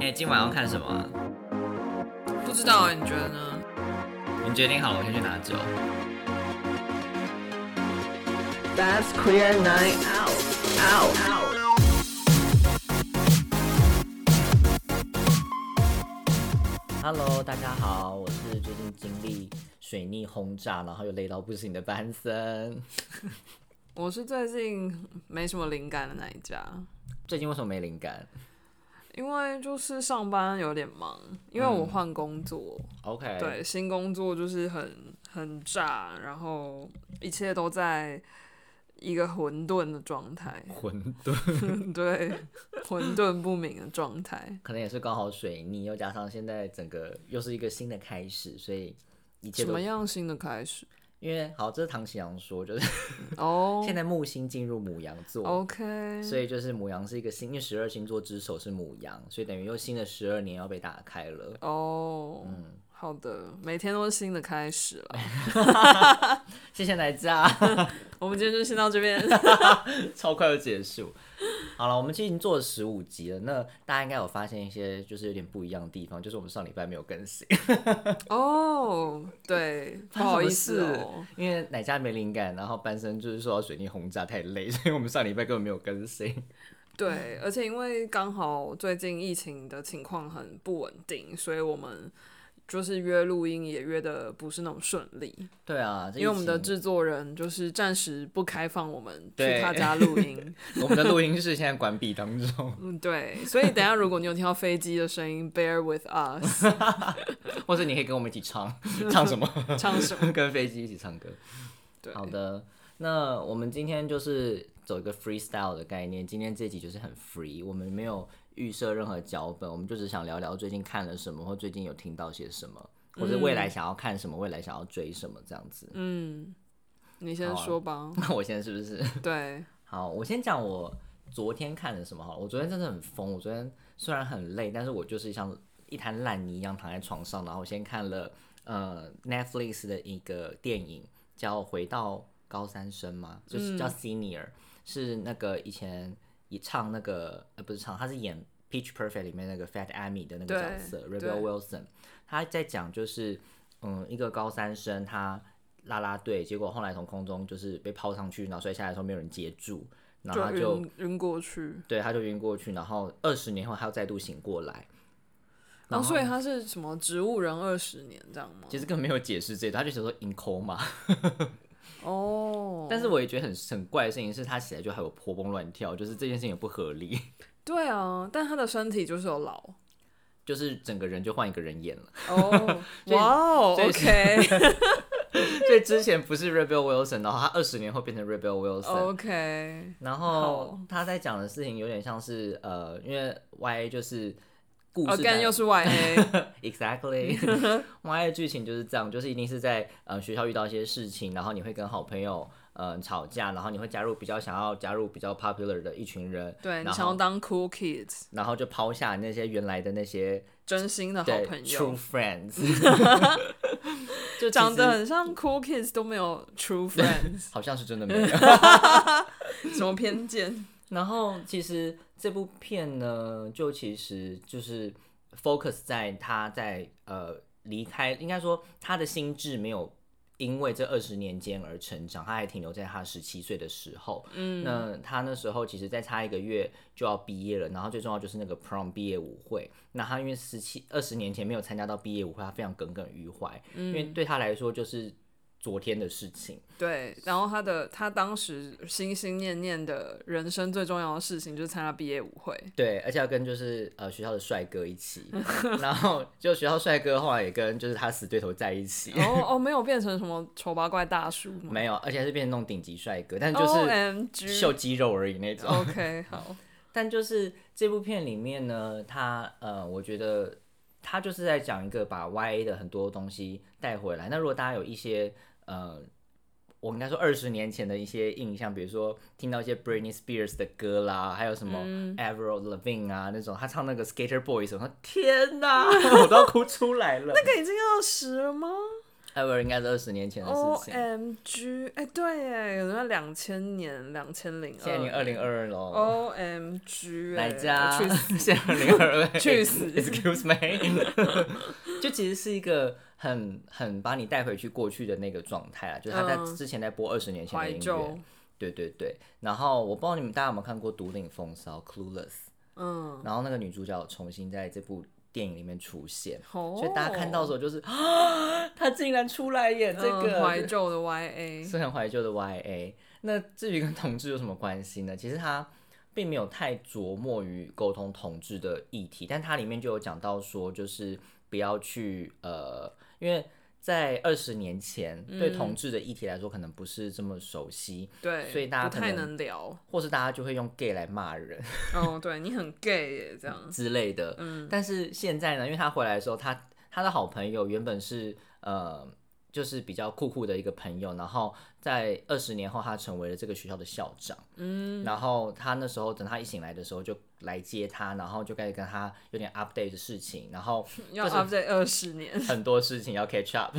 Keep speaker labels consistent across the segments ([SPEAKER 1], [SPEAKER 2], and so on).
[SPEAKER 1] 哎、今晚要看什么啊？
[SPEAKER 2] 不知道、欸，你觉得呢？
[SPEAKER 1] 你决定好了，我先去拿酒。
[SPEAKER 3] That's queer night out. Out. Out.
[SPEAKER 4] 哈喽，大家好，我是最近经历水逆轰炸，然后又累到不行的班森。
[SPEAKER 2] 我是最近没什么灵感的那一家，
[SPEAKER 4] 最近为什么没灵感
[SPEAKER 2] 因为就是上班有点忙，因为我换工作，
[SPEAKER 4] ？OK，，
[SPEAKER 2] 对，新工作就是很很炸，然后一切都在一个混沌的状态
[SPEAKER 4] 混沌，
[SPEAKER 2] 对，混沌不明的状态。
[SPEAKER 4] 可能也是刚好水逆，又加上现在整个又是一个新的开始，所以一切
[SPEAKER 2] 什
[SPEAKER 4] 都
[SPEAKER 2] 么样新的开始？
[SPEAKER 4] 因为好，这是唐启阳说，就是
[SPEAKER 2] 哦、
[SPEAKER 4] 现在木星进入母羊座。
[SPEAKER 2] o k
[SPEAKER 4] 所以就是母羊是一个新，因为十二星座之首是母羊，所以等于又新的十二年要被打开了。
[SPEAKER 2] 哦、好的，每天都是新的开始了。
[SPEAKER 4] 谢谢奶家。
[SPEAKER 2] 我们今天就先到这边。
[SPEAKER 4] 超快就结束。好了，我们其实已经做了十五集了，那大家应该有发现一些就是有点不一样的地方，就是我们上礼拜没有更新，
[SPEAKER 2] 哦、对，不好意思、
[SPEAKER 4] 发生什
[SPEAKER 2] 哦
[SPEAKER 4] 么事因为奶家没灵感，然后班生就是受到水逆轰炸太累，所以我们上礼拜根本没有更新。
[SPEAKER 2] 对，而且因为刚好最近疫情的情况很不稳定，所以我们就是约录音也约的不是那么顺利，
[SPEAKER 4] 对啊，这
[SPEAKER 2] 因为我们的
[SPEAKER 4] 疫情
[SPEAKER 2] 制作人就是暂时不开放我们去
[SPEAKER 4] 对
[SPEAKER 2] 他家录音。
[SPEAKER 4] 我们的录音室现在关闭当中，
[SPEAKER 2] 嗯，对，所以等一下如果你有听到飞机的声音，bear with us，
[SPEAKER 4] 或者你可以跟我们一起唱唱什么，
[SPEAKER 2] 唱什 么？
[SPEAKER 4] 跟飞机一起唱歌。
[SPEAKER 2] 对，
[SPEAKER 4] 好的，那我们今天就是走一个 freestyle 的概念。今天这集就是很 free，我们没有预设任何脚本，我们就只想聊聊最近看了什么，或最近有听到些什么，或者未来想要看什么，未来想要追什么这样子。
[SPEAKER 2] 嗯，你先
[SPEAKER 4] 好啊
[SPEAKER 2] 说吧。
[SPEAKER 4] 那我现在是不是？
[SPEAKER 2] 对，
[SPEAKER 4] 好，我先讲我昨天看了什么好了。我昨天真的很疯，我昨天虽然很累，但是我就是像一滩烂泥一样躺在床上，然后我先看了呃 Netflix 的一个电影叫《回到高三生》嘛，
[SPEAKER 2] 嗯
[SPEAKER 4] 就是叫 Senior，、是那个以前也唱那个呃不是唱，他是演。Pitch Perfect 里面那个 Fat Amy 的那个角
[SPEAKER 2] 对
[SPEAKER 4] 色
[SPEAKER 2] 对
[SPEAKER 4] Rebel Wilson，他在讲就是，嗯，一个高三生他啦啦队，结果后来从空中就是被抛上去，然后摔下来的时候没有人接住，然后他就
[SPEAKER 2] 晕晕过去。
[SPEAKER 4] 对他就晕过去，然后二十年后他又再度醒过来，
[SPEAKER 2] 然哦后，所以他是什么植物人二十年这样吗？
[SPEAKER 4] 其实根本没有解释这个，他就想说 in coma，
[SPEAKER 2] 哦，
[SPEAKER 4] 但是我也觉得很很怪的事情是他起来就还有活蹦乱跳，就是这件事情也不合理，
[SPEAKER 2] 对啊，但他的身体就是有老。
[SPEAKER 4] 就是整个人就换一个人演了。
[SPEAKER 2] 哦，
[SPEAKER 4] 以
[SPEAKER 2] 哇哦
[SPEAKER 4] 所以
[SPEAKER 2] ，OK
[SPEAKER 4] 所以之前不是 Rebel Wilson，然后他二十年后变成 Rebel Wilson，
[SPEAKER 2] OK，
[SPEAKER 4] 然后
[SPEAKER 2] 哦好
[SPEAKER 4] 他在讲的事情有点像是呃，因为 Y 就是故
[SPEAKER 2] 哦，
[SPEAKER 4] 事
[SPEAKER 2] 干
[SPEAKER 4] 在
[SPEAKER 2] 又是 YA，
[SPEAKER 4] exactly ，Y 的剧情就是这样，就是一定是在呃学校遇到一些事情，然后你会跟好朋友呃吵架，然后你会加入比较想要加入比较 popular 的一群人，
[SPEAKER 2] 对你
[SPEAKER 4] 然
[SPEAKER 2] 想要
[SPEAKER 4] 后
[SPEAKER 2] 当 cool kids，
[SPEAKER 4] 然后就抛下那些原来的那些
[SPEAKER 2] 真心的好
[SPEAKER 4] 对
[SPEAKER 2] 朋
[SPEAKER 4] true
[SPEAKER 2] 友，
[SPEAKER 4] friends，就其实
[SPEAKER 2] 长得很像 cool kids 都没有 true friends，
[SPEAKER 4] 好像是真的没有。
[SPEAKER 2] 什么偏见？
[SPEAKER 4] 然后其实这部片呢，就其实就是 focus 在他在呃离开，应该说他的心智没有因为这二十年间而成长，他还停留在他十七岁的时候。嗯，那他那时候其实再差一个月就要毕业了，然后最重要就是那个 prom 毕业舞会。那他因为十七二十年前没有参加到毕业舞会，他非常耿耿于怀，因为对他来说就是昨天的事情。
[SPEAKER 2] 对，然后他的他当时心心念念的人生最重要的事情就是参加毕业舞会，
[SPEAKER 4] 对，而且要跟就是呃学校的帅哥一起， 然后就学校帅哥后来也跟就是他死对头在一起，
[SPEAKER 2] 然后哦没有变成什么丑八怪大叔吗哦
[SPEAKER 4] 没有，而且还是变成那种顶级帅哥，但 就是秀
[SPEAKER 2] ？OMG，OK，
[SPEAKER 4] 肌肉而已那种。
[SPEAKER 2] 哦好，
[SPEAKER 4] 但就是这部片里面呢，他呃，我觉得他就是在讲一个把 YA 的很多东西带回来。那如果大家有一些呃，我应该说二十年前的一些印象，比如说听到一些 Britney Spears 的歌啦，还有什么 Avril Lavigne 啊那种，他唱那个 Skater Boy 什么，天哪，我都要哭出来了。
[SPEAKER 2] 这个已经二十了吗？
[SPEAKER 4] 艾薇儿应该是二十年前的
[SPEAKER 2] ？O
[SPEAKER 4] 事情，
[SPEAKER 2] M G，哎，对耶，有那两千年、两千零
[SPEAKER 4] 现在已经
[SPEAKER 2] 二
[SPEAKER 4] 二零二哦二喽，
[SPEAKER 2] ，O M G，哎
[SPEAKER 4] 哪家
[SPEAKER 2] 去 死！？
[SPEAKER 4] 现在二零二二，
[SPEAKER 2] 去死
[SPEAKER 4] ！Excuse me，就 其实是一个很很把你带回去过去的那个状态啊，就是他在
[SPEAKER 2] 嗯
[SPEAKER 4] 之前在播二十年前的
[SPEAKER 2] 怀
[SPEAKER 4] 音
[SPEAKER 2] 旧
[SPEAKER 4] 乐，，对对对。然后我不知道你们大家有没有看过《独领风骚》（Clueless），
[SPEAKER 2] 嗯，
[SPEAKER 4] 然后那个女主角有重新在这部电影里面出现。
[SPEAKER 2] 哦
[SPEAKER 4] 所以大家看到的时候就是啊，她竟然出来演这个，
[SPEAKER 2] 嗯怀旧的 Y A，
[SPEAKER 4] 是很怀旧的 YA。那至于跟同志有什么关系呢？其实他并没有太琢磨于沟通同志的议题，但它里面就有讲到说，就是不要去呃，因为在二十年前、对同志的议题来说，可能不是这么熟悉，
[SPEAKER 2] 对，
[SPEAKER 4] 所以大家
[SPEAKER 2] 不
[SPEAKER 4] 可
[SPEAKER 2] 太
[SPEAKER 4] 能
[SPEAKER 2] 能聊。
[SPEAKER 4] 或是大家就会用 gay 来骂人
[SPEAKER 2] 哦，对你很 gay 耶，这样，
[SPEAKER 4] 之类的。
[SPEAKER 2] 嗯，
[SPEAKER 4] 但是现在呢，因为他回来的时候，他他的好朋友原本是呃，就是比较酷酷的一个朋友，然后在二十年后，他成为了这个学校的校长。嗯，然后他那时候等他一醒来的时候，就来接他，然后就开始跟他有点 update 的事情，然后
[SPEAKER 2] 要
[SPEAKER 4] 就是
[SPEAKER 2] update 二十 年，
[SPEAKER 4] 很多事情要 catch up。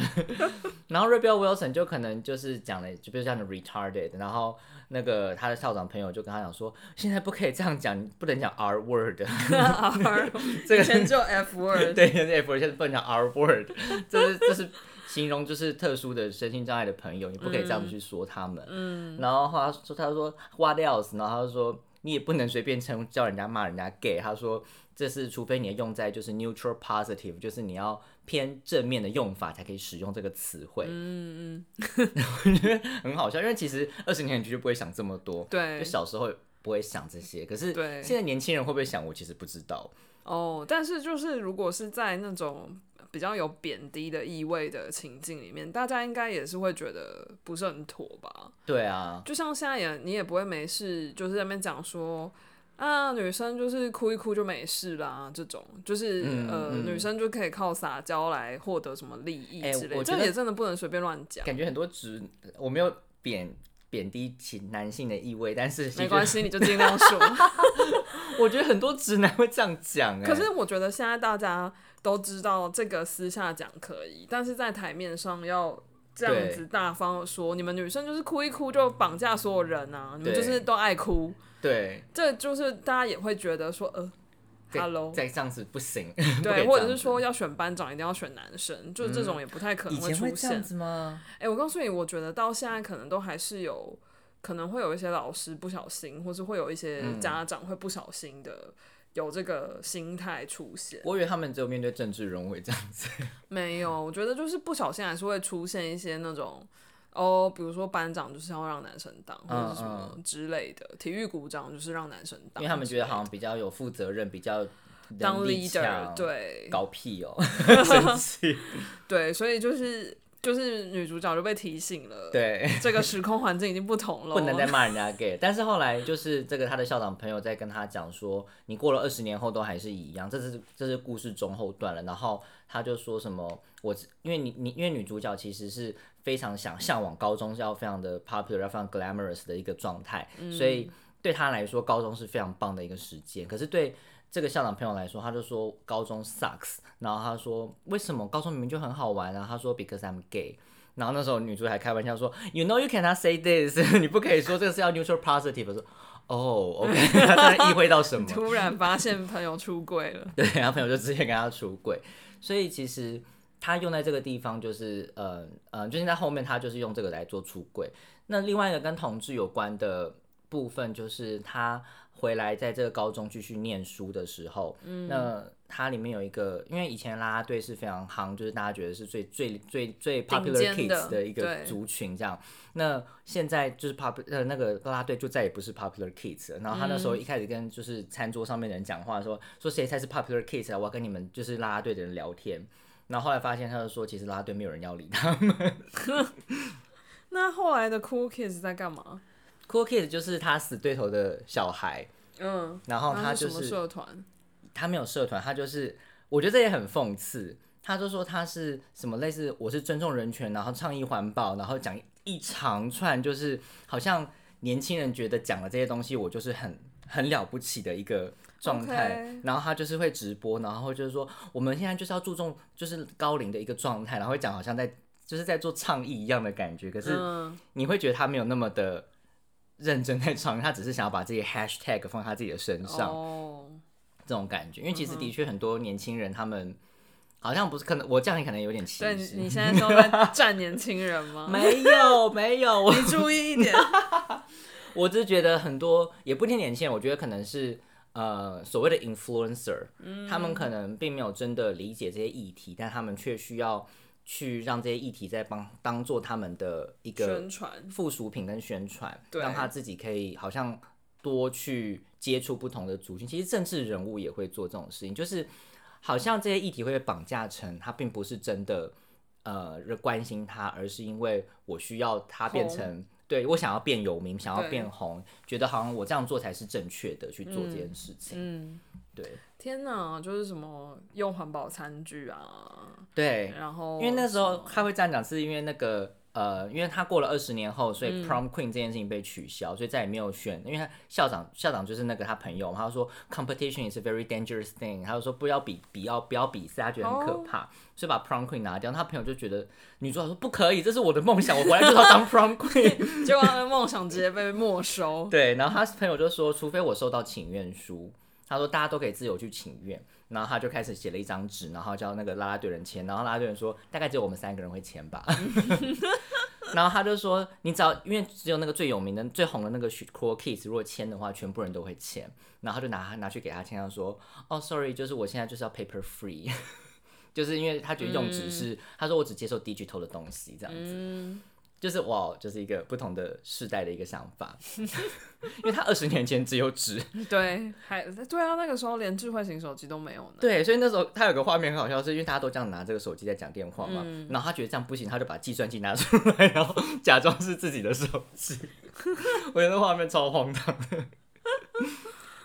[SPEAKER 4] 然后 Rebel Wilson 就可能就是讲了，就比如这样的 retarded，然后那个他的校长朋友就跟他讲说，现在不可以这样讲，你不能讲 R word。
[SPEAKER 2] R，
[SPEAKER 4] 这个
[SPEAKER 2] 以前就 F word，
[SPEAKER 4] 对，就是 F word，现在不能讲 R word，这是这是形容就是特殊的身心障碍的朋友，你不可以这样子去说他们。嗯，然后他说他说 What else？然后他说你也不能随便称叫人家骂人家 gay，他说这是除非你用在就是 neutral positive，就是你要偏正面的用法才可以使用这个词汇，
[SPEAKER 2] 嗯嗯，
[SPEAKER 4] 很好笑，因为其实二十年前你就不会想这么多，
[SPEAKER 2] 对
[SPEAKER 4] 就，小时候。不会想这些，可是
[SPEAKER 2] 对
[SPEAKER 4] 现在年轻人会不会想？我其实不知道。
[SPEAKER 2] 哦，但是就是如果是在那种比较有贬低的意味的情境里面，大家应该也是会觉得不是很妥吧？
[SPEAKER 4] 对啊，
[SPEAKER 2] 就像现在也你也不会没事，就是在那边讲说。啊，女生就是哭一哭就没事啦，这种就是、
[SPEAKER 4] 嗯
[SPEAKER 2] 呃，
[SPEAKER 4] 嗯
[SPEAKER 2] 女生就可以靠撒娇来获得什么利益
[SPEAKER 4] 哎
[SPEAKER 2] 之类的，
[SPEAKER 4] 我
[SPEAKER 2] 这
[SPEAKER 4] 觉得
[SPEAKER 2] 也真的不能随便乱讲。
[SPEAKER 4] 感觉很多直，我没有贬贬低其男性的意味，但是
[SPEAKER 2] 没关，系，你就尽量说。
[SPEAKER 4] 我觉得很多直男会这样讲、哎
[SPEAKER 2] 可是我觉得现在大家都知道这个私下讲可以，但是在台面上要这样子大方地说，你们女生就是哭一哭就绑架所有人啊，你们
[SPEAKER 4] 对
[SPEAKER 2] 就是都爱哭，
[SPEAKER 4] 对，
[SPEAKER 2] 这就是大家也会觉得说呃。
[SPEAKER 4] 再
[SPEAKER 2] Hello，
[SPEAKER 4] 再这样子不 行，不可以
[SPEAKER 2] 对，
[SPEAKER 4] 这
[SPEAKER 2] 或者
[SPEAKER 4] 样
[SPEAKER 2] 是
[SPEAKER 4] 子嗯
[SPEAKER 2] 说要选班长一定要选男生，就这种也不太可
[SPEAKER 4] 以
[SPEAKER 2] 能
[SPEAKER 4] 前会
[SPEAKER 2] 出
[SPEAKER 4] 这
[SPEAKER 2] 现
[SPEAKER 4] 样。子吗？
[SPEAKER 2] 哎、我告诉你，我觉得到现在可能都还是有，可能会有一些老师不小心，或是会有一些
[SPEAKER 4] 嗯
[SPEAKER 2] 家长会不小心的有这个心态出现。
[SPEAKER 4] 我以为他们只有面对政治人物会这样子，
[SPEAKER 2] 没有，我觉得就是不小心还是会出现一些那种。哦，比如说班长就是要让男生当，或者是什么之类的；体育股长就是让男生
[SPEAKER 4] 嗯因
[SPEAKER 2] 当，
[SPEAKER 4] 为他们觉得好像比较有负责任，比较能
[SPEAKER 2] 当
[SPEAKER 4] 力
[SPEAKER 2] leader，
[SPEAKER 4] 强，，
[SPEAKER 2] 对
[SPEAKER 4] 搞屁哦， 生气，
[SPEAKER 2] 对，所以就是就是女主角就被提醒了，，
[SPEAKER 4] 对。
[SPEAKER 2] 这个时空环境已经不同了，
[SPEAKER 4] 不能再骂人家 gay。但是后来就是这个他的校长朋友在跟他讲说，你过了二十年后都还是一样，这是这是故事中后段了。然后他就说什么，我因为你你因为女主角其实是非常想向往高中是要非常的 popular 要非常 glamorous 的一个状态，所以对他来说高中是非常棒的一个时间。可是对这个校长朋友来说，他就说高中 sucks，然后他说为什么高中明明就很好玩啊？他说 because I'm gay。然后那时候女主还开玩笑说，You know you cannot say this，你 不可以说这个是要 neutral positive。我说哦、o k 他突然意会到什么？
[SPEAKER 2] 突然发现朋友出柜了，
[SPEAKER 4] 对，然后朋友就直接跟他出轨，所以其实他用在这个地方就是，呃呃，就是在后面他就是用这个来做出轨。那另外一个跟同志有关的部分，就是他回来在这个高中继续念书的时候，嗯，那它里面有一个，因为以前啦啦队是非常夯，就是大家觉得是最最最最
[SPEAKER 2] 顶
[SPEAKER 4] popular
[SPEAKER 2] 尖的
[SPEAKER 4] kids 的一个
[SPEAKER 2] 对
[SPEAKER 4] 族群这样。那现在就是 pop 呃那个啦啦队就再也不是 popular kids 了。然后他那时
[SPEAKER 2] 嗯
[SPEAKER 4] 候一开始跟就是餐桌上面的人讲话说说谁才是 popular kids 啊，我要跟你们就是啦啦队的人聊天。然后后来发现他就说其实啦啦队没有人要理他们。
[SPEAKER 2] 那后来的 Cool Kids 在干嘛？
[SPEAKER 4] cool kids 就是他死对头的小孩，
[SPEAKER 2] 嗯，
[SPEAKER 4] 然后
[SPEAKER 2] 那
[SPEAKER 4] 他
[SPEAKER 2] 是
[SPEAKER 4] 就
[SPEAKER 2] 什么
[SPEAKER 4] 是
[SPEAKER 2] 社团？
[SPEAKER 4] 他没有社团，他就是我觉得这也很讽刺。他就说他是什么类似我是尊重人权，然后倡议环保，然后讲一长串，就是好像年轻人觉得讲了这些东西，我就是很 很了不起的一个状态。
[SPEAKER 2] OK
[SPEAKER 4] 然后他就是会直播，然后就是说我们现在就是要注重就是高龄的一个状态，然后会讲好像在就是在做倡议一样的感觉，可是
[SPEAKER 2] 嗯，
[SPEAKER 4] 你会觉得他没有那么的认真在唱，他只是想要把这些 hashtag 放在他自己的身上、
[SPEAKER 2] 哦，
[SPEAKER 4] 这种感觉。因为其实的确很多年轻人他们好像不是可能，我这样可能有点歧
[SPEAKER 2] 对，你
[SPEAKER 4] 视。
[SPEAKER 2] 你现在都在站年轻人吗？
[SPEAKER 4] 没有没有， 我
[SPEAKER 2] 注意 一点，
[SPEAKER 4] 我只是觉得很多也不一定年轻人，我觉得可能是呃所谓的 influencer，、他们可能并没有真的理解这些议题，但他们却需要去让这些议题在帮当做他们的一个
[SPEAKER 2] 宣传
[SPEAKER 4] 附属品跟宣传，
[SPEAKER 2] 对
[SPEAKER 4] 让他自己可以好像多去接触不同的族群。其实政治人物也会做这种事情，就是好像这些议题会被绑架成他并不是真的呃关心他，而是因为我需要他变成。对我想要变有名，想要
[SPEAKER 2] 对
[SPEAKER 4] 变红，觉得好像我这样做才是正确的去做这件事情。
[SPEAKER 2] 嗯，
[SPEAKER 4] 对
[SPEAKER 2] 天哪，就是什么用环保餐具啊，
[SPEAKER 4] 对，
[SPEAKER 2] 然后
[SPEAKER 4] 因为那时候他会这样讲，是因为那个呃，因为他过了二十年后，所以 prom queen 这件事情被取消，所以再也没有选。因为他校长校长就是那个他朋友嘛，他说 competition is a very dangerous thing，他就说不要比比要不要比赛，他觉得很可怕所以把 prom queen 拿掉。他朋友就觉得女主角说不可以，这是我的梦想，我回来就是要当 prom queen。，
[SPEAKER 2] 结果他的梦想直接被没收
[SPEAKER 4] 对，然后他朋友就说，除非我收到请愿书。他说大家都可以自由去请愿，然后他就开始写了一张纸，然后叫那个啦啦队人签，然后啦啦队人说大概只有我们三个人会签吧， 然后他就说你只要因为只有那个最有名的最红的那个 Cool Kids 如果签的话，全部人都会签，然后他就拿拿去给他签，他说哦 sorry，就是我现在就是要 paper free，就是因为他觉得用纸是、他说我只接受 digital 的东西这样子，
[SPEAKER 2] 嗯
[SPEAKER 4] 就是哇，就是一个不同的世代的一个想法， 因为他二十年前只有纸。
[SPEAKER 2] 对，还对啊，那个时候连智慧型手机都没有呢，
[SPEAKER 4] 对，所以那时候他有个画面很好笑，是因为大家都这样拿这个手机在讲电话嘛，然后他觉得这样不行，他就把计算机拿出来， 然后假装是自己的手机。 我觉得那画面超荒唐的。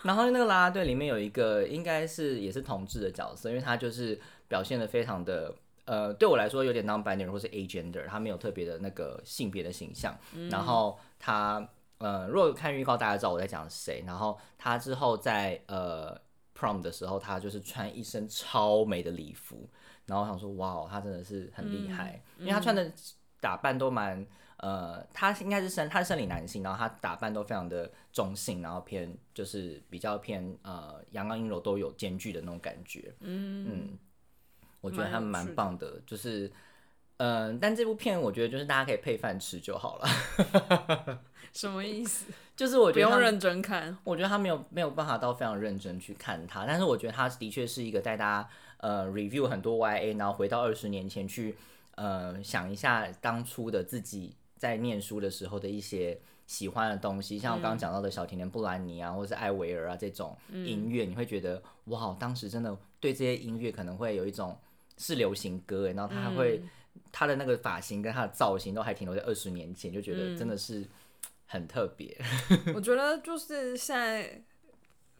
[SPEAKER 4] 然后那个啦啦队里面有一个应该是也是同志的角色，因为他就是表现的非常的。呃，对我来说有点 non-binary 或是 agender，他没有特别的那个性别的形象。然后他，呃，如果看预告大家知道我在讲谁。然后他之后在呃 prom 的时候，他就是穿一身超美的礼服，然后我想说，哇哦，他真的是很厉害，
[SPEAKER 2] 嗯
[SPEAKER 4] 因为他穿的打扮都蛮，呃，他应该是生他是生理男性，然后他打扮都非常的中性，然后偏就是比较偏呃阳刚阴柔都有兼具的那种感觉，嗯我觉得他们
[SPEAKER 2] 蛮
[SPEAKER 4] 蛮
[SPEAKER 2] 有趣的
[SPEAKER 4] 棒的，就是。嗯、但这部片我觉得就是大家可以配饭吃就好了。
[SPEAKER 2] 什么意思？
[SPEAKER 4] 就是我
[SPEAKER 2] 不
[SPEAKER 4] 觉得他
[SPEAKER 2] 用
[SPEAKER 4] 们
[SPEAKER 2] 认真 看，
[SPEAKER 4] 我觉得他没有没有办法到非常认真去看他，但是我觉得他的确是一个带大家呃 review 很多 YA，然后回到二十年前去呃想一下当初的自己在念书的时候的一些喜欢的东西，像我刚刚讲到的小甜甜布兰妮啊，或是艾维尔啊这种音乐，你会觉得哇，当时真的对这些音乐可能会有一种是流行歌欸诶，然后他还会、他的那个发型跟他的造型都还停留在二十年前，就觉得真的是很特别。
[SPEAKER 2] 我觉得就是现在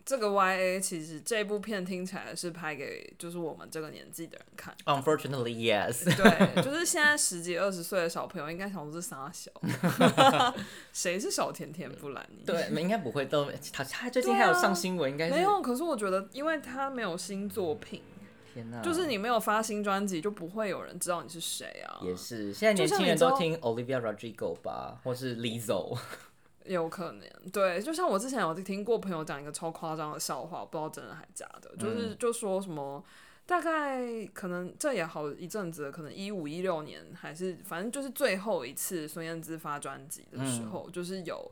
[SPEAKER 2] 这个 Y A，其实这部片听起来是拍给就是我们这个年纪的人 看。
[SPEAKER 4] Unfortunately, yes.
[SPEAKER 2] 对，就是现在十几二十岁的小朋友应该想说是 傻小，谁是小甜甜布兰妮？，
[SPEAKER 4] 对，应该不会都他他最近
[SPEAKER 2] 对
[SPEAKER 4] 还有
[SPEAKER 2] 啊
[SPEAKER 4] 上新闻，应该是
[SPEAKER 2] 没有。可是我觉得，因为他没有新作品，
[SPEAKER 4] 天哪，
[SPEAKER 2] 就是你没有发新专辑，就不会有人知道你是谁啊。
[SPEAKER 4] 也是现在年
[SPEAKER 2] 就像
[SPEAKER 4] 轻
[SPEAKER 2] 你
[SPEAKER 4] 人
[SPEAKER 2] 知
[SPEAKER 4] 都
[SPEAKER 2] 道
[SPEAKER 4] 听 Olivia Rodrigo 吧，或是 Lizzo，
[SPEAKER 2] 有可能，对，就像我之前有听过朋友讲一个超夸张的笑话，不知道真的还假的，
[SPEAKER 4] 嗯
[SPEAKER 2] 就是就说什么。大概可能这也好一阵子了，可能一五一六年还是反正就是最后一次孙燕姿发专辑的时
[SPEAKER 4] 嗯
[SPEAKER 2] 候，就是有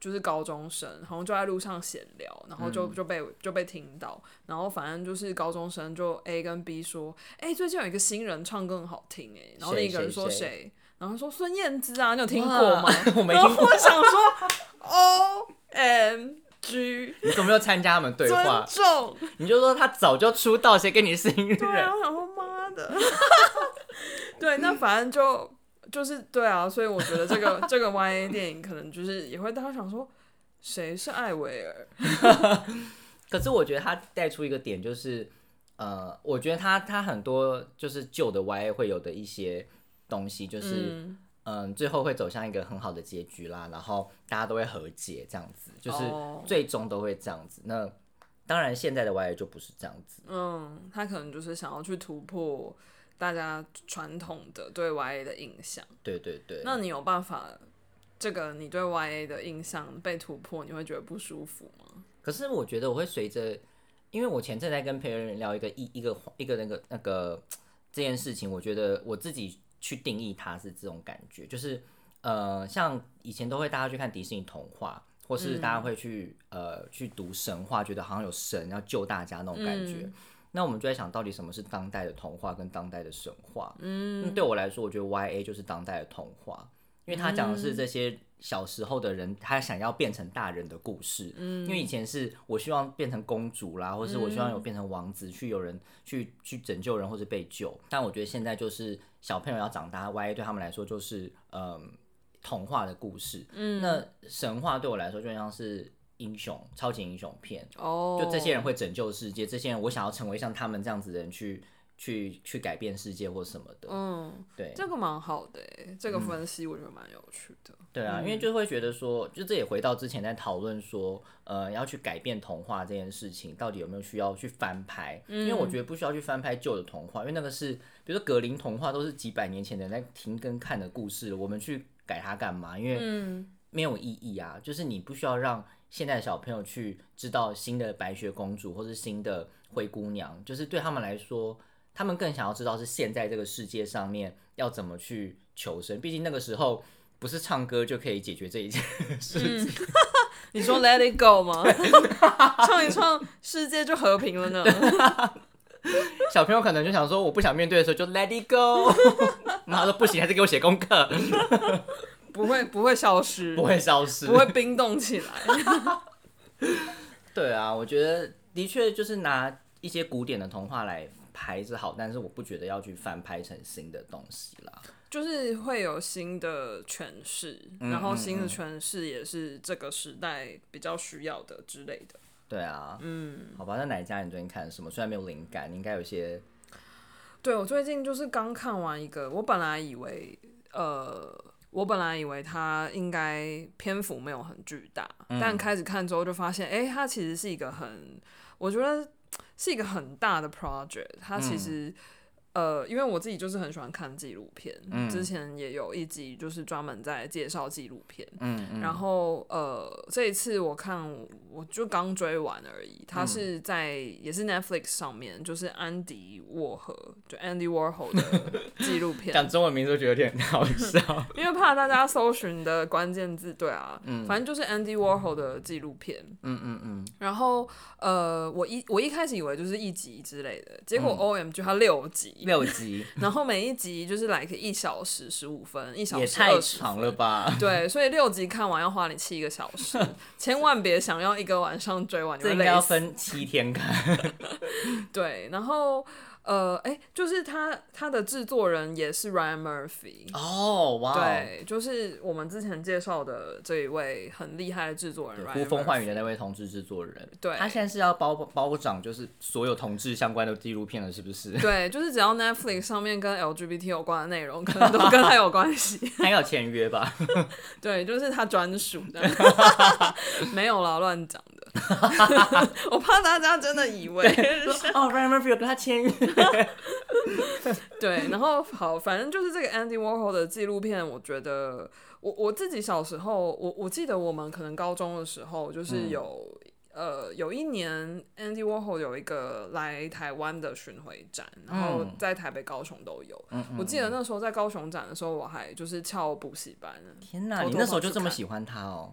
[SPEAKER 2] 就是高中生，好像就在路上闲聊，然后就
[SPEAKER 4] 嗯
[SPEAKER 2] 就被就被听到，然后反正就是高中生就 A 跟 B 说，哎、最近有一个新人唱更好听哎、然后
[SPEAKER 4] 谁
[SPEAKER 2] 另一个人
[SPEAKER 4] 谁
[SPEAKER 2] 说
[SPEAKER 4] 谁
[SPEAKER 2] 谁，然后说孙燕姿啊，你有听过吗？
[SPEAKER 4] 哇 我没
[SPEAKER 2] 然
[SPEAKER 4] 听
[SPEAKER 2] 后
[SPEAKER 4] 过，
[SPEAKER 2] 我想说，O M G，
[SPEAKER 4] 你 怎么没有参加他们对
[SPEAKER 2] 尊
[SPEAKER 4] 话？
[SPEAKER 2] 重。
[SPEAKER 4] 你就说他早就出道，谁跟你是音
[SPEAKER 2] 对啊，
[SPEAKER 4] 乐？
[SPEAKER 2] 我想说妈的， 对，那反正就就是对啊，所以我觉得这个 这个 Y A 电影可能就是也会大家想说，谁是艾薇儿？
[SPEAKER 4] 可是我觉得他带出一个点，就是呃，我觉得他他很多就是旧的 YA 会有的一些东西，就是
[SPEAKER 2] 嗯，
[SPEAKER 4] 嗯，最后会走向一个很好的结局啦，然后大家都会和解，这样子，就是
[SPEAKER 2] 哦
[SPEAKER 4] 最终都会这样子。那当然，现在的 YA 就不是这样子，
[SPEAKER 2] 嗯，他可能就是想要去突破大家传统的对 YA 的印象。
[SPEAKER 4] 对对对。
[SPEAKER 2] 那你有办法，这个你对 YA 的印象被突破，你会觉得不舒服吗？
[SPEAKER 4] 可是我觉得我会随着，因为我前阵在跟陪人聊一个一一个一个那个那个这件事情，我觉得我自己去定义它是这种感觉，就是呃，像以前都会大家去看迪士尼童话，或是大家会去、呃去读神话，觉得好像有神要救大家那种感觉。那我们就在想到底什么是当代的童话跟当代的神话？嗯，对我来说，我觉得 Y A 就是当代的童话，因为他讲的是这些小时候的人，他想要变成大人的故事。嗯，因嗯为以前是我希望变成公主啦，或是我希望有变成王子，去有人去去拯救人或是被救。但我觉得现在就是小朋友要长大，Y A 对他们来说就是嗯童话的故事。嗯，那神话对我来说就像是英雄超级英雄片。
[SPEAKER 2] 哦
[SPEAKER 4] 就这些人会拯救世界，这些人我想要成为像他们这样子的人去去去改变世界或什么的，
[SPEAKER 2] 嗯，
[SPEAKER 4] 对
[SPEAKER 2] 这个蛮好的欸，这个分析我觉得蛮有趣的。
[SPEAKER 4] 对啊，因为就会觉得说，就这也回到之前在讨论说，呃，要去改变童话这件事情，到底有没有需要去翻拍？因为我觉得不需要去翻拍旧的童话，因为那个是，比如说格林童话都是几百年前的人在停更看的故事，我们去改它干嘛？因为
[SPEAKER 2] 嗯，
[SPEAKER 4] 没有意义啊，就是你不需要让现在的小朋友去知道新的白雪公主或是新的灰姑娘，就是对他们来说，他们更想要知道是现在这个世界上面要怎么去求生，毕竟那个时候不是唱歌就可以解决这一切 事情。
[SPEAKER 2] 你说 Let It Go 吗？唱一唱，世界就和平了呢。
[SPEAKER 4] 小朋友可能就想说，我不想面对的时候就 Let it go，然后说不行，还是给我写功课，
[SPEAKER 2] 不会不会消失，
[SPEAKER 4] 不会消失，
[SPEAKER 2] 不会冰冻起来。
[SPEAKER 4] 对啊，我觉得的确就是拿一些古典的童话来拍是好，但是我不觉得要去翻拍成新的东西啦。
[SPEAKER 2] 就是会有新的诠释，然后新的诠释也是这个时代比较需要的之类的。
[SPEAKER 4] 对啊，嗯，好吧，那哪一家你最近看了什么？虽然没有灵感，你应该有一些
[SPEAKER 2] 对我最近就是刚看完一个，我本来以为，呃，我本来以为它应该篇幅没有很巨大，
[SPEAKER 4] 嗯
[SPEAKER 2] 但开始看之后就发现，哎、它其实是一个很，我觉得是一个很大的 project。它
[SPEAKER 4] 嗯
[SPEAKER 2] 其实，呃，因为我自己就是很喜欢看纪录片，
[SPEAKER 4] 嗯
[SPEAKER 2] 之前也有一集就是专门在介绍纪录片，
[SPEAKER 4] 嗯
[SPEAKER 2] 然后呃，这一次我看我就刚追完而已，
[SPEAKER 4] 嗯
[SPEAKER 2] 它是在、也是 Netflix 上面，就是安迪沃荷就 Andy Warhol 的纪录片
[SPEAKER 4] 讲，中文名字，我觉得有点好 笑。
[SPEAKER 2] 因为怕大家搜寻的关键字，对啊，反正就是 Andy Warhol 的纪录片，
[SPEAKER 4] 嗯嗯嗯，
[SPEAKER 2] 然后呃，我一我一开始以为就是一集之类的，结
[SPEAKER 4] 嗯
[SPEAKER 2] 果 O M G 它六集，
[SPEAKER 4] 六 集
[SPEAKER 2] 然后每一集就是 like 一小时十五分，一小
[SPEAKER 4] 也
[SPEAKER 2] 时
[SPEAKER 4] 太
[SPEAKER 2] 二十
[SPEAKER 4] 长了 吧？
[SPEAKER 2] 对，所以六集看完要花你七个小 时，千万别想要一个晚上追完，你
[SPEAKER 4] 这
[SPEAKER 2] 会
[SPEAKER 4] 应该
[SPEAKER 2] 累
[SPEAKER 4] 要
[SPEAKER 2] 死。
[SPEAKER 4] 分七天看。
[SPEAKER 2] 对，然后呃，哎、就是他他的制作人也是 Ryan Murphy，、
[SPEAKER 4] 哦，哇哦，
[SPEAKER 2] 对，就是我们之前介绍的这一位很厉害的制作人 Ryan
[SPEAKER 4] 呼风唤雨
[SPEAKER 2] Murphy
[SPEAKER 4] 的那位同志制作人，
[SPEAKER 2] 对
[SPEAKER 4] 他现在是要包包掌，就是所有同志相关的纪录片了，是不 是？
[SPEAKER 2] 对，就是只要 Netflix 上面跟 LGBT 有关的内容，可能都跟他有关系。
[SPEAKER 4] 他要签约吧？
[SPEAKER 2] 对，就是他专属的， 没有啦，乱讲的。 我怕大家真的以为
[SPEAKER 4] 哦，Ryan Murphy 有跟他签约。
[SPEAKER 2] 对，然后好，反正就是这个 Andy Warhol 的纪录片，我觉得我我自己小时候，我我记得我们可能高中的时候，就是有、呃有一年 Andy Warhol 有一个来台湾的巡回展，然后
[SPEAKER 4] 嗯
[SPEAKER 2] 在台北、高雄都有。我记得那时候在高雄展的时候，我还就是翘补习班呢，
[SPEAKER 4] 天哪，
[SPEAKER 2] 偷偷
[SPEAKER 4] 你那时候就
[SPEAKER 2] 跑去
[SPEAKER 4] 这么
[SPEAKER 2] 看
[SPEAKER 4] 喜欢他哦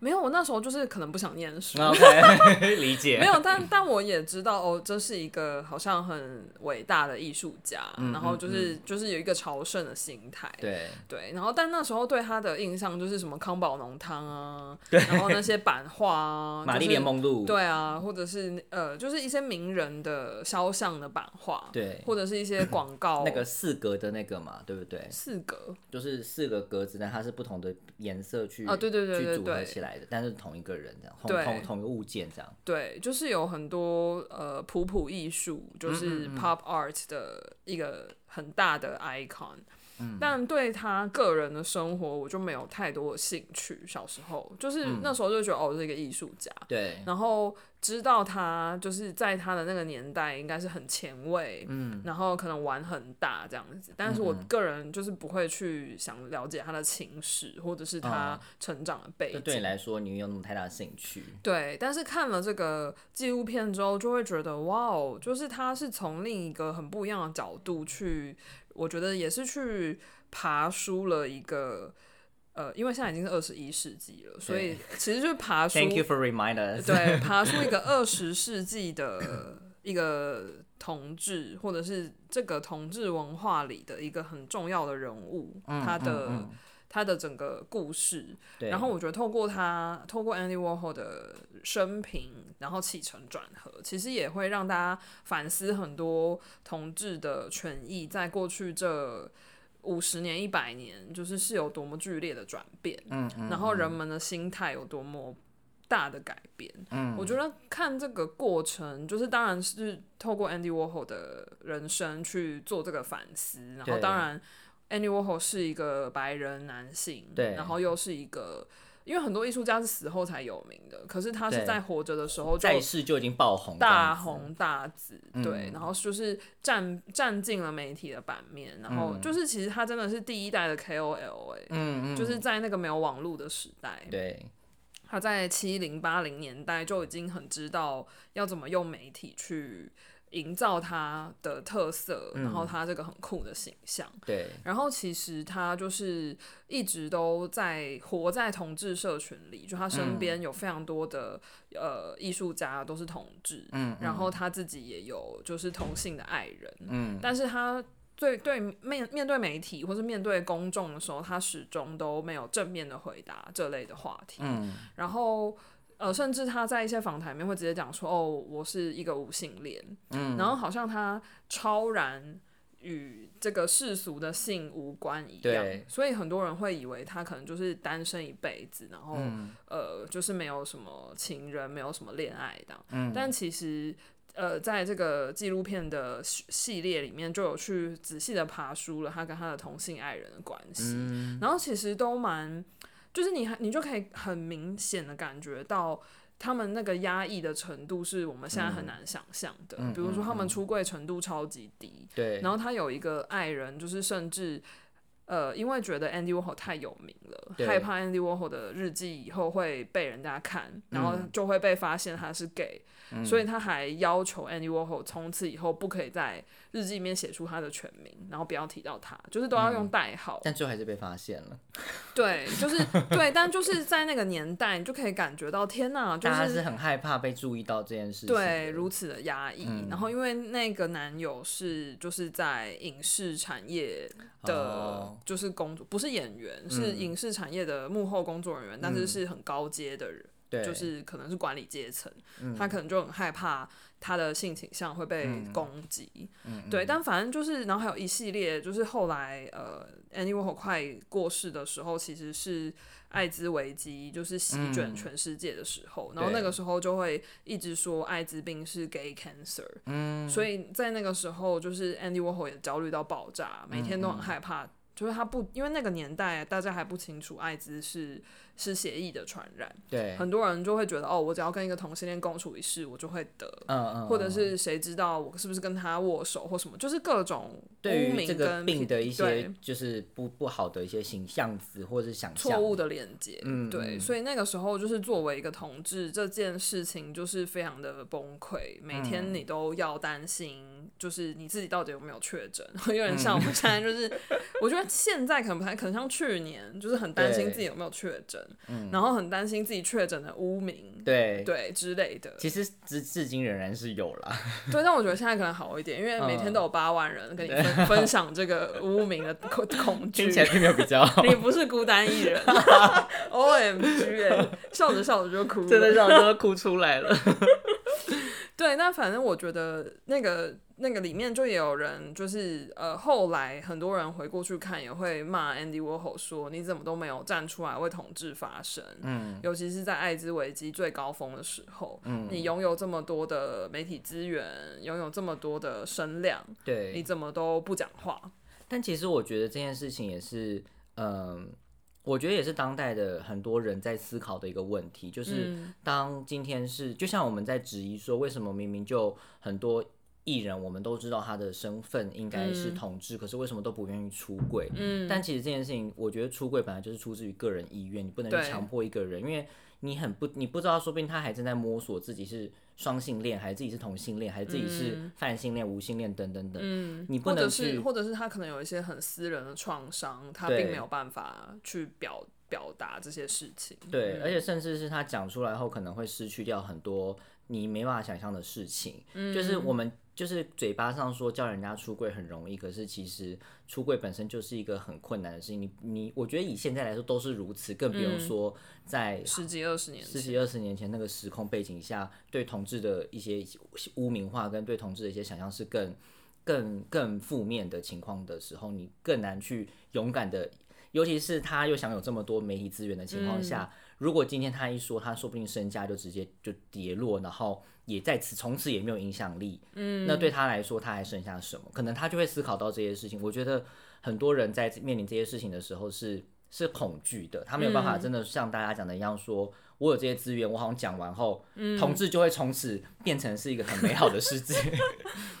[SPEAKER 2] 没有，我那时候就是可能不想念书。
[SPEAKER 4] 啊？OK，理 解。
[SPEAKER 2] 没有，但但我也知道哦，这是一个好像很伟大的艺术家，然后就是、就是有一个朝圣的心态，
[SPEAKER 4] 对，
[SPEAKER 2] 对，然后但那时候对他的印象就是什么康宝浓汤啊，然后那些版画 啊，
[SPEAKER 4] 玛丽
[SPEAKER 2] 就是
[SPEAKER 4] 莲梦露。
[SPEAKER 2] 对啊，或者是呃，就是一些名人的肖像的版画，，
[SPEAKER 4] 对，
[SPEAKER 2] 或者是一 些广告，
[SPEAKER 4] 那个四格的那个嘛，对不对？
[SPEAKER 2] 四格，
[SPEAKER 4] 就是四个格子，但它是不同的颜色去
[SPEAKER 2] 啊对对对对
[SPEAKER 4] 去组合
[SPEAKER 2] 对
[SPEAKER 4] 起来的，但是同一个人这样，同
[SPEAKER 2] 对
[SPEAKER 4] 同同一个物件这样。
[SPEAKER 2] 对，就是有很多呃普
[SPEAKER 4] 嗯
[SPEAKER 2] 普艺术，就是 pop art 的一个很大的 icon。
[SPEAKER 4] 嗯
[SPEAKER 2] 但对他个人的生活，我就没有太多的兴趣。小时候就是
[SPEAKER 4] 嗯
[SPEAKER 2] 那时候就觉得、哦，我是一个艺术家，
[SPEAKER 4] 对，
[SPEAKER 2] 然后知道他就是在他的那个年代应该是很前卫，嗯，然后可能玩很大这样子，但是我
[SPEAKER 4] 嗯
[SPEAKER 2] 个人就是不会去想了解他的情史或者是他成长的背
[SPEAKER 4] 哦就
[SPEAKER 2] 景。
[SPEAKER 4] 对你来说，你没有那么太大的兴趣。
[SPEAKER 2] 对，但是看了这个纪录片之后，就会觉得哇哦，就是他是从另一个很不一样的角度去，我觉得也是去爬书了一个，呃，因为现在已经是二十一世纪了，所以其实就是爬书
[SPEAKER 4] Thank you for remind us。
[SPEAKER 2] 对，爬出一个二十世纪的一个同志，或者是这个同志文化里的一个很重要的人物，他的、他的整个故事。
[SPEAKER 4] 对，
[SPEAKER 2] 然后我觉得透过他，透过 Andy Warhol 的生平，然后起承转合，其实也会让大家反思很多同志的权益在过去这。五十年、一百年，就是是有多么剧烈的转变，
[SPEAKER 4] 嗯嗯，
[SPEAKER 2] 然后人们的心态有多么大的改变。
[SPEAKER 4] 嗯
[SPEAKER 2] 我觉得看这个过程，就是当然是透过 Andy Warhol 的人生去做这个反思，然后
[SPEAKER 4] 对
[SPEAKER 2] 当然 Andy Warhol 是一个白人男性，
[SPEAKER 4] 对
[SPEAKER 2] 然后又是一个。因为很多艺术家是死后才有名的，可是他是
[SPEAKER 4] 对
[SPEAKER 2] 在活着的时候就
[SPEAKER 4] 在世就已经爆红，
[SPEAKER 2] 大。红大紫，
[SPEAKER 4] 嗯
[SPEAKER 2] 对，然后就是占占尽了媒体的版面，然后就是其实他真的是第一代的 KOL 哎、
[SPEAKER 4] 嗯嗯嗯，
[SPEAKER 2] 就是在那个没有网络的时代，
[SPEAKER 4] 对
[SPEAKER 2] 他在七零八零年代就已经很知道要怎么用媒体去营造他的特色，
[SPEAKER 4] 嗯
[SPEAKER 2] 然后他这个很酷的形象。
[SPEAKER 4] 对，
[SPEAKER 2] 然后其实他就是一直都在活在同志社群里，就他
[SPEAKER 4] 嗯
[SPEAKER 2] 身边有非常多的、呃艺术家都是同志，
[SPEAKER 4] 嗯，
[SPEAKER 2] 然后他自己也有就是同性的爱人，
[SPEAKER 4] 嗯，
[SPEAKER 2] 但是他。对对面面对媒体或是面对公众的时候，他始终都没有正面的回答这类的话题。
[SPEAKER 4] 嗯
[SPEAKER 2] 然后呃，甚至他在一些访谈里面会直接讲说，哦，我是一个无性恋，嗯，然后好像他超然与这个世俗的性无关一样
[SPEAKER 4] 对，
[SPEAKER 2] 所以很多人会以为他可能就是单身一辈子，然后、呃，就是没有什么情人，没有什么恋爱这样，嗯，但其实。呃，在这个纪录片的系系列里面，就有去仔细的爬书了他跟他的同性爱人的关系，然后其实都蛮就是你还你就可以很明显的感觉到他们那个压抑的程度是我们
[SPEAKER 4] 嗯
[SPEAKER 2] 现在很难想象的。比如说他们出柜程度超级低，
[SPEAKER 4] 对，
[SPEAKER 2] 然后他有一个爱人，就是甚至。呃，因为觉得 Andy Warhol 太有名了，
[SPEAKER 4] 对
[SPEAKER 2] 害怕 Andy Warhol 的日记以后会被人家看，然后
[SPEAKER 4] 嗯
[SPEAKER 2] 就会被发现他是 gay，、所以他还要求 Andy Warhol 从此以后不可以在日记里面写出他的全名，然后不要提到他，就是都要
[SPEAKER 4] 嗯
[SPEAKER 2] 用代号。
[SPEAKER 4] 但最后还是被发现了。
[SPEAKER 2] 对，就是对，但就是在那个年代，你就可以感觉到，天哪，就
[SPEAKER 4] 大家是很害怕被注意到这件事情的。嗯
[SPEAKER 2] 对如此的压抑。然后因为那个男友是就是在影视产业的
[SPEAKER 4] 哦，嗯
[SPEAKER 2] 就是工作，不是演员，是影视产业的幕后工作人员，但是是很高阶的人。
[SPEAKER 4] 对，
[SPEAKER 2] 就是可能是管理阶层，他可能就很害怕他的性倾向会被攻击，对。但反正就是，然后还有一系列，就是后来呃，Andy Warhol 快过世的时候，其实是艾滋危机就是席卷全世界的时候，然后那个时候就会一直说艾滋病是 gay cancer，嗯，所以在那个时候，就是 Andy Warhol 也焦虑到爆炸，每天都很害怕。就是他不，因为那个年代大家还不清楚艾滋是是血液的传染，
[SPEAKER 4] 对，嗯
[SPEAKER 2] 很多人就会觉得哦，我只要跟一个同性恋共处一室，我就会得，
[SPEAKER 4] 嗯，
[SPEAKER 2] 或者是谁知道我是不是跟他握手或什么，就是各种
[SPEAKER 4] 对于这
[SPEAKER 2] 污名
[SPEAKER 4] 个
[SPEAKER 2] 跟
[SPEAKER 4] 病的一些
[SPEAKER 2] 对
[SPEAKER 4] 就是不不好的一些形象词或者是想象
[SPEAKER 2] 错误的连接，
[SPEAKER 4] 嗯
[SPEAKER 2] 对，
[SPEAKER 4] 嗯
[SPEAKER 2] 所以那个时候就是作为一个同志，这件事情就是非常的崩溃，每
[SPEAKER 4] 嗯
[SPEAKER 2] 天你都要担心，就是你自己到底有没有确诊， 有点像我们现在就是，我觉得现在可能不太，可能像去年，就是很担心
[SPEAKER 4] 对嗯
[SPEAKER 2] 自己有没有确诊，然后很担心自己确诊的污名，
[SPEAKER 4] 对。
[SPEAKER 2] 对之类的，
[SPEAKER 4] 其实至至今仍然是有 啦，
[SPEAKER 2] 对，但我觉得现在可能好一点，因为每天
[SPEAKER 4] 嗯
[SPEAKER 2] 都有八万人跟你分、分享这个无名的 恐恐惧
[SPEAKER 4] 听起。来并没有比较好。
[SPEAKER 2] 你不是孤单一 人，O M G 哎、笑着笑着就哭了。
[SPEAKER 4] 真的让我都哭出来了。
[SPEAKER 2] 对，那反正我觉得那个那个里面就也有人，就是呃，后来很多人回过去看，也会骂 Andy Warhol 说你怎么都没有站出来为统治发声，嗯，尤其是在艾滋危机最高峰的时候，嗯，你拥有这么多的媒体资源，拥有这么多的声量，你
[SPEAKER 4] 对，
[SPEAKER 2] 怎么都不讲话？
[SPEAKER 4] 但其实我觉得这件事情也是，嗯、我觉得也是当代的很多人在思考的一个问题，就是
[SPEAKER 2] 嗯
[SPEAKER 4] 当今天是，就像我们在质疑说，为什么明明就很多艺人，我们都知道他的身份应该是
[SPEAKER 2] 嗯
[SPEAKER 4] 同志，可是为什么都不愿意出柜？
[SPEAKER 2] 嗯，
[SPEAKER 4] 但其实这件事情，我觉得出柜本来就是出自于个人意愿，你不能
[SPEAKER 2] 对
[SPEAKER 4] 去强迫一个人，因为你很不，你不知道，说不定他还正在摸索自己是双性恋，还是自己是同性恋，还是自己是泛性恋、无性恋等等等。
[SPEAKER 2] 嗯，
[SPEAKER 4] 你不
[SPEAKER 2] 或者
[SPEAKER 4] 能
[SPEAKER 2] 是
[SPEAKER 4] 去
[SPEAKER 2] 或者是他可能有一些很私人的创伤，他
[SPEAKER 4] 对
[SPEAKER 2] 并没有办法去表表达这些事情。
[SPEAKER 4] 对，
[SPEAKER 2] 嗯
[SPEAKER 4] 而且甚至是他讲出来后，可能会失去掉很多你没办法想象的事情。
[SPEAKER 2] 嗯
[SPEAKER 4] 就是我们就是嘴巴上说叫人家出柜很容易，可是其实出柜本身就是一个很困难的事情。你你，我觉得以现在来说都是如此，更不
[SPEAKER 2] 嗯
[SPEAKER 4] 用说在
[SPEAKER 2] 十几二十年
[SPEAKER 4] 十
[SPEAKER 2] 前，
[SPEAKER 4] 几二十年前那个时空背景下，对同志的一些污名化跟对同志的一些想象是更、更、更负面的情况的时候，你更难去勇敢的，尤其是他又享有这么多媒体资源的情况
[SPEAKER 2] 嗯
[SPEAKER 4] 下，如果今天他一说，他说不定身价就直接就跌落，然后也在此从此也没有影响力，嗯，那对他来说他还剩下什么？可能他就会思考到这些事情。我觉得很多人在面临这些事情的时候是。是恐惧的，他没有办
[SPEAKER 2] 嗯
[SPEAKER 4] 法真的像大家讲的一样说，我有这些资源，我好像讲完后，
[SPEAKER 2] 嗯
[SPEAKER 4] 同志就会从此变成是一个很美好的世界。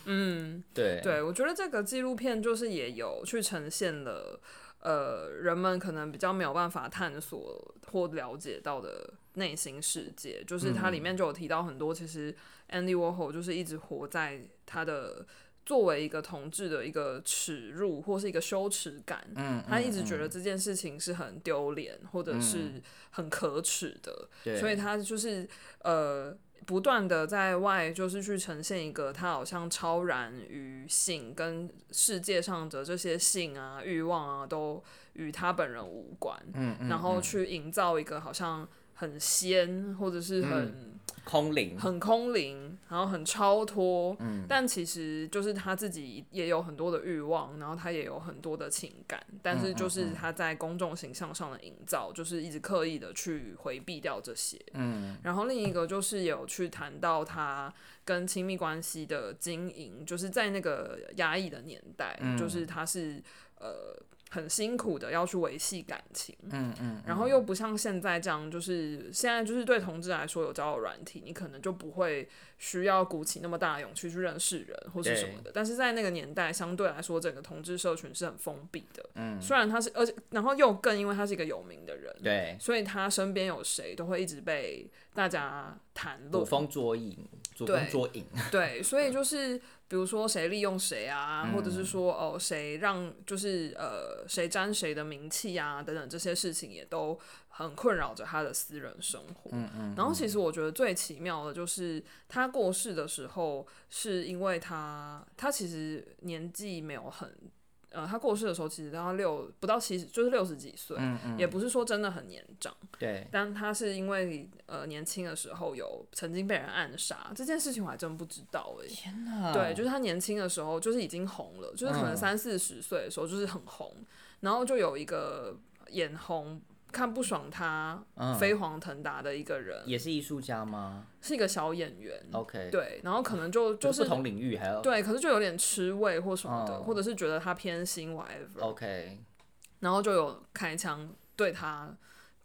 [SPEAKER 4] 嗯，对，
[SPEAKER 2] 对我觉得这个纪录片就是也有去呈现了，呃，人们可能比较没有办法探索或了解到的内心世界，就是它
[SPEAKER 4] 嗯
[SPEAKER 2] 里面就有提到很多，其实 Andy Warhol 就是一直活在他的。作为一个同志的一个耻辱或是一个羞耻感，
[SPEAKER 4] 嗯，
[SPEAKER 2] 他一直觉
[SPEAKER 4] 嗯
[SPEAKER 2] 得这件事情是很丢脸或者是很可耻的，
[SPEAKER 4] 对，
[SPEAKER 2] 所以他就是呃不断的在外就是去呈现一个他好像超然于性跟世界上的这些性啊欲望啊都与他本人无关，
[SPEAKER 4] 嗯，嗯
[SPEAKER 2] 然
[SPEAKER 4] 嗯
[SPEAKER 2] 后去营造一个好像很仙或者是很、
[SPEAKER 4] 嗯空灵，
[SPEAKER 2] 很空灵，然后很超脱，但其实就是他自己也有很多的欲望，然后他也有很多的情感，但是就是他在公众形象上的营造，就是一直刻意的去回避掉这些。
[SPEAKER 4] 嗯，
[SPEAKER 2] 然后另一个就是有去谈到他跟亲密关系的经营，就是在那个压抑的年代，
[SPEAKER 4] 嗯
[SPEAKER 2] 就是他是呃很辛苦的要去维系感情，
[SPEAKER 4] 嗯嗯，
[SPEAKER 2] 然后又不像现在这样，就是现在就是对同志来说有交友软体，你可能就不会需要鼓起那么大的勇气去认识人或是什么的。但是在那个年代，相对来说，整个同志社群是很封闭的。嗯，虽然他是，而且然后又更因为他是一个有名的人，
[SPEAKER 4] 对，
[SPEAKER 2] 所以他身边有谁都会一直被大家谈
[SPEAKER 4] 捕
[SPEAKER 2] 论。
[SPEAKER 4] 风捉影，捕风
[SPEAKER 2] 对
[SPEAKER 4] 捉影，
[SPEAKER 2] 对，所以就是比如说谁利用谁啊，或者是说哦谁让就是呃谁沾谁的名气啊等等这些事情也都很困扰着他的私人生活。嗯嗯。然后其实我觉得最奇妙的就是他过世的时候，是因为他他其实年纪没有很。呃，他过世的时候其实他六不到七十，就是六十几岁，也不是说真的很年长，
[SPEAKER 4] 对，
[SPEAKER 2] 但他是因为呃年轻的时候有曾经被人暗杀这件事情，我还真不知道哎、
[SPEAKER 4] 天哪
[SPEAKER 2] 对，就是他年轻的时候就是已经红了，就是可能
[SPEAKER 4] 嗯
[SPEAKER 2] 三四十岁的时候就是很红，然后就有一个眼红看不爽他飞黄腾达的一个人，
[SPEAKER 4] 嗯也是艺术家吗
[SPEAKER 2] 是一个小演员，
[SPEAKER 4] ？OK，，
[SPEAKER 2] 对，然后可能就就
[SPEAKER 4] 不
[SPEAKER 2] 是
[SPEAKER 4] 同领域还要
[SPEAKER 2] 对，可是就有点吃味或什么的，
[SPEAKER 4] 嗯
[SPEAKER 2] 或者是觉得他偏心 whatever，、
[SPEAKER 4] OK，
[SPEAKER 2] 然后就有开枪对他，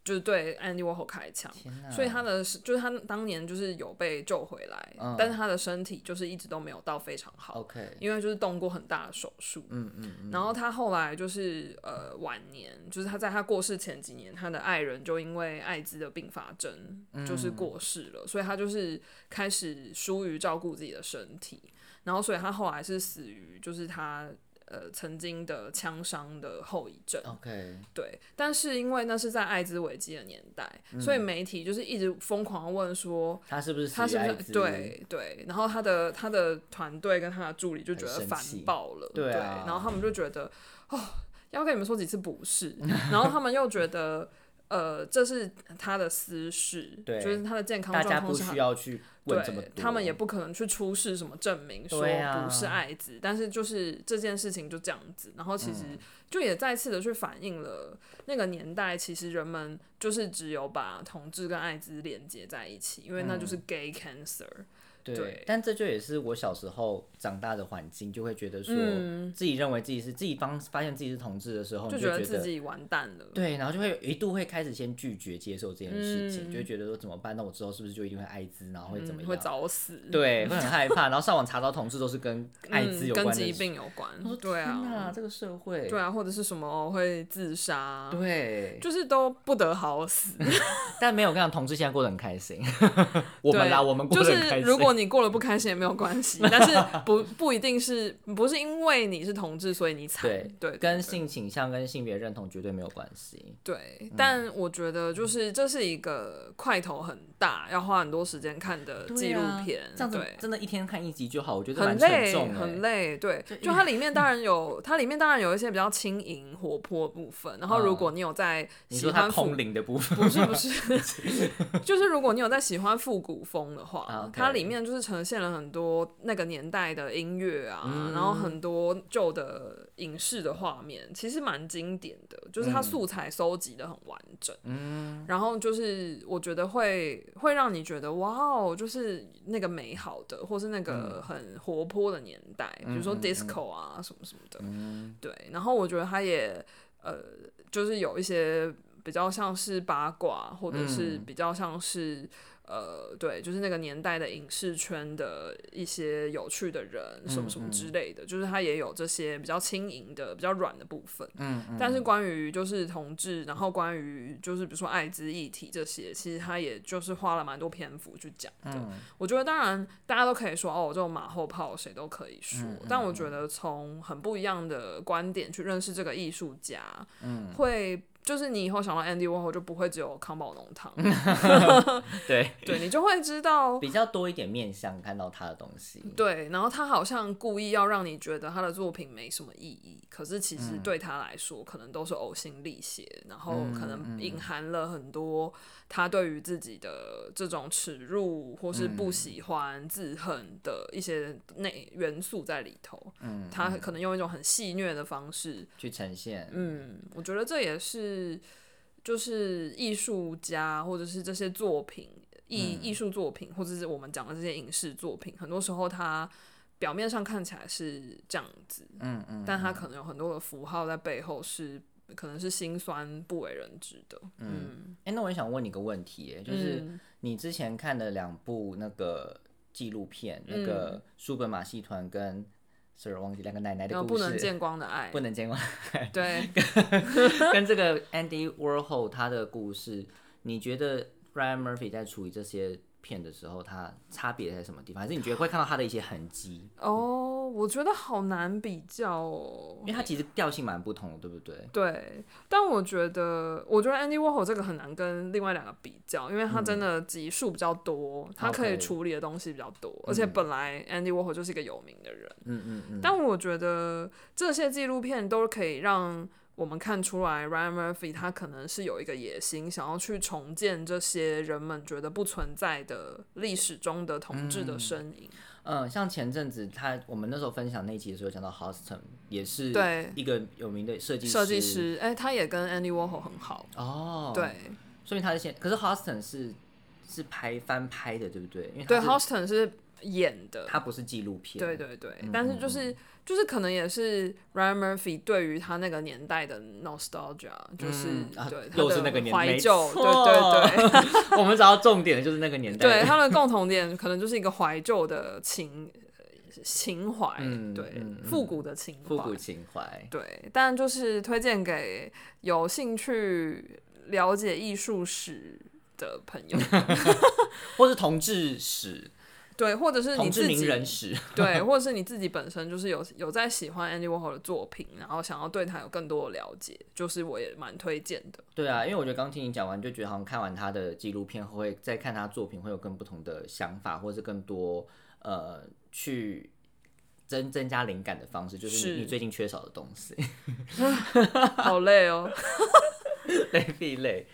[SPEAKER 2] 就是对 Andy Warhol 开枪。
[SPEAKER 4] 天哪，
[SPEAKER 2] 所以他的是就是他当年就是有被救回来，
[SPEAKER 4] 嗯
[SPEAKER 2] 但是他的身体就是一直都没有到非常好，
[SPEAKER 4] OK，
[SPEAKER 2] 因为就是动过很大的手术。嗯嗯然后他后来就是呃晚年，就是他在他过世前几年，他的爱人就因为艾滋的并发症
[SPEAKER 4] 嗯
[SPEAKER 2] 就是过世了，所以他就是开始疏于照顾自己的身体，然后所以他后来是死于就是他。呃，曾经的枪伤的后遗
[SPEAKER 4] 哦
[SPEAKER 2] 症
[SPEAKER 4] OK，
[SPEAKER 2] 对，但是因为那是在艾滋危机的年代，
[SPEAKER 4] 嗯
[SPEAKER 2] 所以媒体就是一直疯狂地问说
[SPEAKER 4] 他是不是
[SPEAKER 2] 他
[SPEAKER 4] 死
[SPEAKER 2] 是
[SPEAKER 4] 于
[SPEAKER 2] 不
[SPEAKER 4] 艾
[SPEAKER 2] 是
[SPEAKER 4] 滋？
[SPEAKER 2] 对对，然后他的他的团队跟他的助理就觉
[SPEAKER 4] 很
[SPEAKER 2] 得
[SPEAKER 4] 生
[SPEAKER 2] 烦
[SPEAKER 4] 气
[SPEAKER 2] 爆了，
[SPEAKER 4] 对
[SPEAKER 2] 对，
[SPEAKER 4] 啊
[SPEAKER 2] 然后他们就觉得哦，要跟你们说几次不是，然后他们又觉得。呃，这是他的私事，
[SPEAKER 4] 对
[SPEAKER 2] 就是他的健康
[SPEAKER 4] 大
[SPEAKER 2] 状
[SPEAKER 4] 家
[SPEAKER 2] 况
[SPEAKER 4] 不
[SPEAKER 2] 是很
[SPEAKER 4] 需要去问这么
[SPEAKER 2] 对
[SPEAKER 4] 多，，
[SPEAKER 2] 他们也不可能去出示什么证明说
[SPEAKER 4] 对啊
[SPEAKER 2] 不是艾滋，但是就是这件事情就这样子，然后其实
[SPEAKER 4] 嗯
[SPEAKER 2] 就也再次的去反映了那个年代，其实人们
[SPEAKER 4] 嗯
[SPEAKER 2] 就是只有把同志跟艾滋连接在一起，因为那就是 gay cancer，、
[SPEAKER 4] 对，
[SPEAKER 2] 对
[SPEAKER 4] 但这就也是我小时候长大的环境，就会觉得说，
[SPEAKER 2] 嗯
[SPEAKER 4] 自己认为自己是自己方发现自己是同志的时候，
[SPEAKER 2] 就
[SPEAKER 4] 你
[SPEAKER 2] 觉
[SPEAKER 4] 就
[SPEAKER 2] 得
[SPEAKER 4] 觉
[SPEAKER 2] 自
[SPEAKER 4] 得
[SPEAKER 2] 己完蛋了。
[SPEAKER 4] 对，然后就会一度会开始先拒绝接受这件事情，
[SPEAKER 2] 嗯
[SPEAKER 4] 就会觉得说怎么办？那我之后是不是就一定会艾滋，然后会
[SPEAKER 2] 嗯，
[SPEAKER 4] 怎么样？
[SPEAKER 2] 会早死。
[SPEAKER 4] 对，会很害怕。然后上网查到同志都是跟艾滋
[SPEAKER 2] 嗯
[SPEAKER 4] 有关
[SPEAKER 2] 跟
[SPEAKER 4] 的
[SPEAKER 2] 疾
[SPEAKER 4] 事
[SPEAKER 2] 病有关
[SPEAKER 4] 我说，
[SPEAKER 2] 对
[SPEAKER 4] 天哪
[SPEAKER 2] 啊，
[SPEAKER 4] 这个社会，
[SPEAKER 2] 对啊，或者是什么会自杀，
[SPEAKER 4] 对，
[SPEAKER 2] 就是都不得好死。
[SPEAKER 4] 但没有，我跟你讲，同志现在过得很开心。 我们
[SPEAKER 2] 对
[SPEAKER 4] 啦，我们过
[SPEAKER 2] 就
[SPEAKER 4] 得很开
[SPEAKER 2] 是
[SPEAKER 4] 心。
[SPEAKER 2] 如果你过得不开心也没有 关系，但是不不一定是不是因为你是同志所以你惨，
[SPEAKER 4] 对
[SPEAKER 2] 对，嗯对
[SPEAKER 4] 跟
[SPEAKER 2] 对
[SPEAKER 4] 性嗯倾向跟性别认同绝对没有关系。
[SPEAKER 2] 对，但我觉得就是这是一个块头很大，要花很多时间看的纪录片，
[SPEAKER 4] 啊这样子
[SPEAKER 2] 对。
[SPEAKER 4] 真的一天看一集就好，我觉得蛮沉
[SPEAKER 2] 很累，
[SPEAKER 4] 重欸的、
[SPEAKER 2] 很累，对，就它里面当然有，它里面当然有一些比较轻盈活泼的部分。然后，如果你有在
[SPEAKER 4] 嗯你
[SPEAKER 2] 喜
[SPEAKER 4] 说他
[SPEAKER 2] 欢复
[SPEAKER 4] 空灵的部分，
[SPEAKER 2] 不是不是，就是如果你有在喜欢复古风的话
[SPEAKER 4] 啊，，OK
[SPEAKER 2] 它里面就是呈现了很多那个年代的音乐啊，
[SPEAKER 4] 嗯
[SPEAKER 2] 然后很多旧的影视的画面，其实蛮经典的，就是它素材收集的很完整。嗯，然后就是我觉得会会让你觉得哇哦，就是那个美好的，或是那
[SPEAKER 4] 嗯
[SPEAKER 2] 个很活泼的年代，比如说 disco 啊什么什么的。
[SPEAKER 4] 嗯
[SPEAKER 2] 对，然后我觉得它也呃，就是有一些比较像是八卦，或者是比较像是、呃，对，就是那个年代的影视圈的一些有趣的人，什么什么之类的，就是它也有这些比较轻盈的、比较软的部分。
[SPEAKER 4] 嗯，嗯
[SPEAKER 2] 但是关于就是同志，然后关于就是比如说艾滋议题这些，其实他也就是花了蛮多篇幅去讲的。
[SPEAKER 4] 嗯
[SPEAKER 2] 我觉得当然大家都可以说哦，我这种马后炮谁都可以说，
[SPEAKER 4] 嗯
[SPEAKER 2] 但我觉得从很不一样的观点去认识这个艺术家，
[SPEAKER 4] 嗯
[SPEAKER 2] 会就是你以后想到 Andy Warhol 就不会只有康宝浓汤，
[SPEAKER 4] 对，
[SPEAKER 2] 对你就会知道
[SPEAKER 4] 比较多一点面向看到他的东西。
[SPEAKER 2] 对，然后他好像故意要让你觉得他的作品没什么意义，可是其实对他来说，可能都是呕心沥血，然后可能隐含了很多他对于自己的这种耻辱或是不喜欢、自恨的一些内元素在里头。嗯，他可能用一种很戏谑的方式，
[SPEAKER 4] 去呈现，
[SPEAKER 2] 嗯，我觉得这也是就是艺术家或者是这些作品艺
[SPEAKER 4] 嗯
[SPEAKER 2] 艺术作品，或者是我们讲的这些影视作品，很多时候它表面上看起来是这样子，
[SPEAKER 4] 嗯嗯
[SPEAKER 2] 但它可能有很多的符号在背后是可能是心酸不为人知的。嗯，
[SPEAKER 4] 哎、那我也想问你个问题耶，就是
[SPEAKER 2] 嗯
[SPEAKER 4] 你之前看的两部那个纪录片，那
[SPEAKER 2] 嗯
[SPEAKER 4] 个叔本马戏团跟 Sir 忘记两个奶奶的
[SPEAKER 2] 然后
[SPEAKER 4] 故
[SPEAKER 2] 不
[SPEAKER 4] 事，
[SPEAKER 2] 能见光的 爱
[SPEAKER 4] 不，能见光，
[SPEAKER 2] 对，
[SPEAKER 4] 跟这个 Andy Warhol 他的故事，你觉得 Ryan Murphy 在处理这些片的时候，他差别在什么地方？还是你觉得会看到他的一些痕迹？
[SPEAKER 2] 哦，我觉得好难比较哦，
[SPEAKER 4] 因为他其实调性蛮不同的，对不对？
[SPEAKER 2] 对，但我觉得，我觉得 Andy Warhol 这个很难跟另外两个比较，因为他真的集数比较多，他可
[SPEAKER 4] 嗯 OK
[SPEAKER 2] 以处理的东西比较多，而且本来 Andy Warhol 就是一个有名的人，
[SPEAKER 4] 嗯嗯嗯。
[SPEAKER 2] 但我觉得这些纪录片都可以让我们看出来，Ryan Murphy 他可能是有一个野心，想要去重建这些人们觉得不存在的历史中的同志的身影。
[SPEAKER 4] 嗯，像前阵子他我们那时候分享那一集的时候，讲到 Houston 也是
[SPEAKER 2] 对
[SPEAKER 4] 一个有名的设计
[SPEAKER 2] 设计师，哎、他也跟 Andy Warhol 很好，
[SPEAKER 4] 哦，，
[SPEAKER 2] 对。
[SPEAKER 4] 说明他是先，可是 Houston 是是拍翻拍的，对不对？因为
[SPEAKER 2] 对
[SPEAKER 4] 他是
[SPEAKER 2] ，Houston 是演的，
[SPEAKER 4] 他不是纪录片，
[SPEAKER 2] 对对
[SPEAKER 4] 嗯
[SPEAKER 2] 对，但是就是就是可能也是 Ryan Murphy 对于他那个年代的 nostalgia，就是、
[SPEAKER 4] 嗯啊
[SPEAKER 2] 对
[SPEAKER 4] 又是
[SPEAKER 2] 他的
[SPEAKER 4] 那个年
[SPEAKER 2] 怀
[SPEAKER 4] 没
[SPEAKER 2] 旧，
[SPEAKER 4] 错
[SPEAKER 2] 对对 对
[SPEAKER 4] 我们找到重点的就是那个年代，
[SPEAKER 2] 对，他们的共同点可能就是一个怀旧的情情怀，
[SPEAKER 4] 嗯
[SPEAKER 2] 对
[SPEAKER 4] 嗯嗯，
[SPEAKER 2] 复古的情怀，
[SPEAKER 4] 复古情怀。
[SPEAKER 2] 对，但就是推荐给有兴趣了解艺术史的朋 友，
[SPEAKER 4] 或是同志史、
[SPEAKER 2] 对，或者是
[SPEAKER 4] 同
[SPEAKER 2] 你
[SPEAKER 4] 志
[SPEAKER 2] 自
[SPEAKER 4] 名
[SPEAKER 2] 己
[SPEAKER 4] 人史，
[SPEAKER 2] 对，或者是你自己本身就是有有在喜欢 Andy Warhol 的作品，然后想要对他有更多的了解，就是我也蛮推荐的。
[SPEAKER 4] 对啊，因为我觉得刚听你讲完，就觉得好像看完他的纪录片后，会再看他作品，会有更不同的想法，或是更多呃去增增加灵感的方式，就是你
[SPEAKER 2] 是
[SPEAKER 4] 你最近缺少的东西，
[SPEAKER 2] 好累哦，
[SPEAKER 4] 类必类。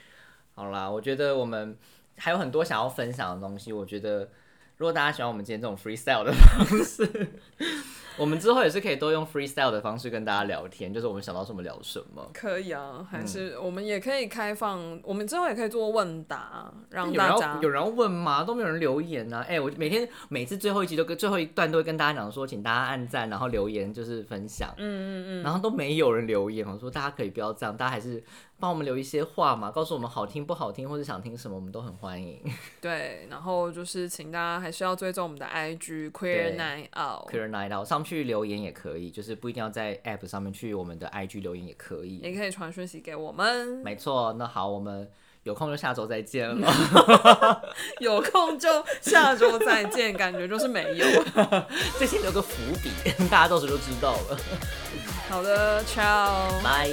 [SPEAKER 4] 好啦，我觉得我们还有很多想要分享的东西，我觉得。如果大家喜欢我们今天这种 freestyle 的方式， 我们之后也是可以多用 freestyle 的方式跟大家聊天，就是我们想到什么聊什么。
[SPEAKER 2] 可以啊，还是我们也可以开放，我们之后也可以做问答，让
[SPEAKER 4] 有人
[SPEAKER 2] 大
[SPEAKER 4] 要
[SPEAKER 2] 家
[SPEAKER 4] 有人要问吗？都没有人留言啊！哎、我每天每次最后一集都跟最后一段都会跟大家讲说，请大家按赞，然后留言就是分享，嗯嗯嗯，然后都没有人留言，我说大家可以不要这样，大家还是帮我们留一些话嘛，告诉我们好听不好听，或者想听什么，我们都很欢迎。
[SPEAKER 2] 对，然后就是请大家还是要追踪我们的 IG Queer
[SPEAKER 4] 对
[SPEAKER 2] Night Out，
[SPEAKER 4] Queer Night Out 上去留言也可以，就是不一定要在 App 上面去我们的 IG 留言也可以。
[SPEAKER 2] 也可以传讯息给我们，
[SPEAKER 4] 没错，那好，我们有空就下周再见了。
[SPEAKER 2] 有空就下周再见，感觉就是没有。
[SPEAKER 4] 这些留个伏笔，大家到时候就知道 了。
[SPEAKER 2] 好的，Ciao。
[SPEAKER 4] 拜。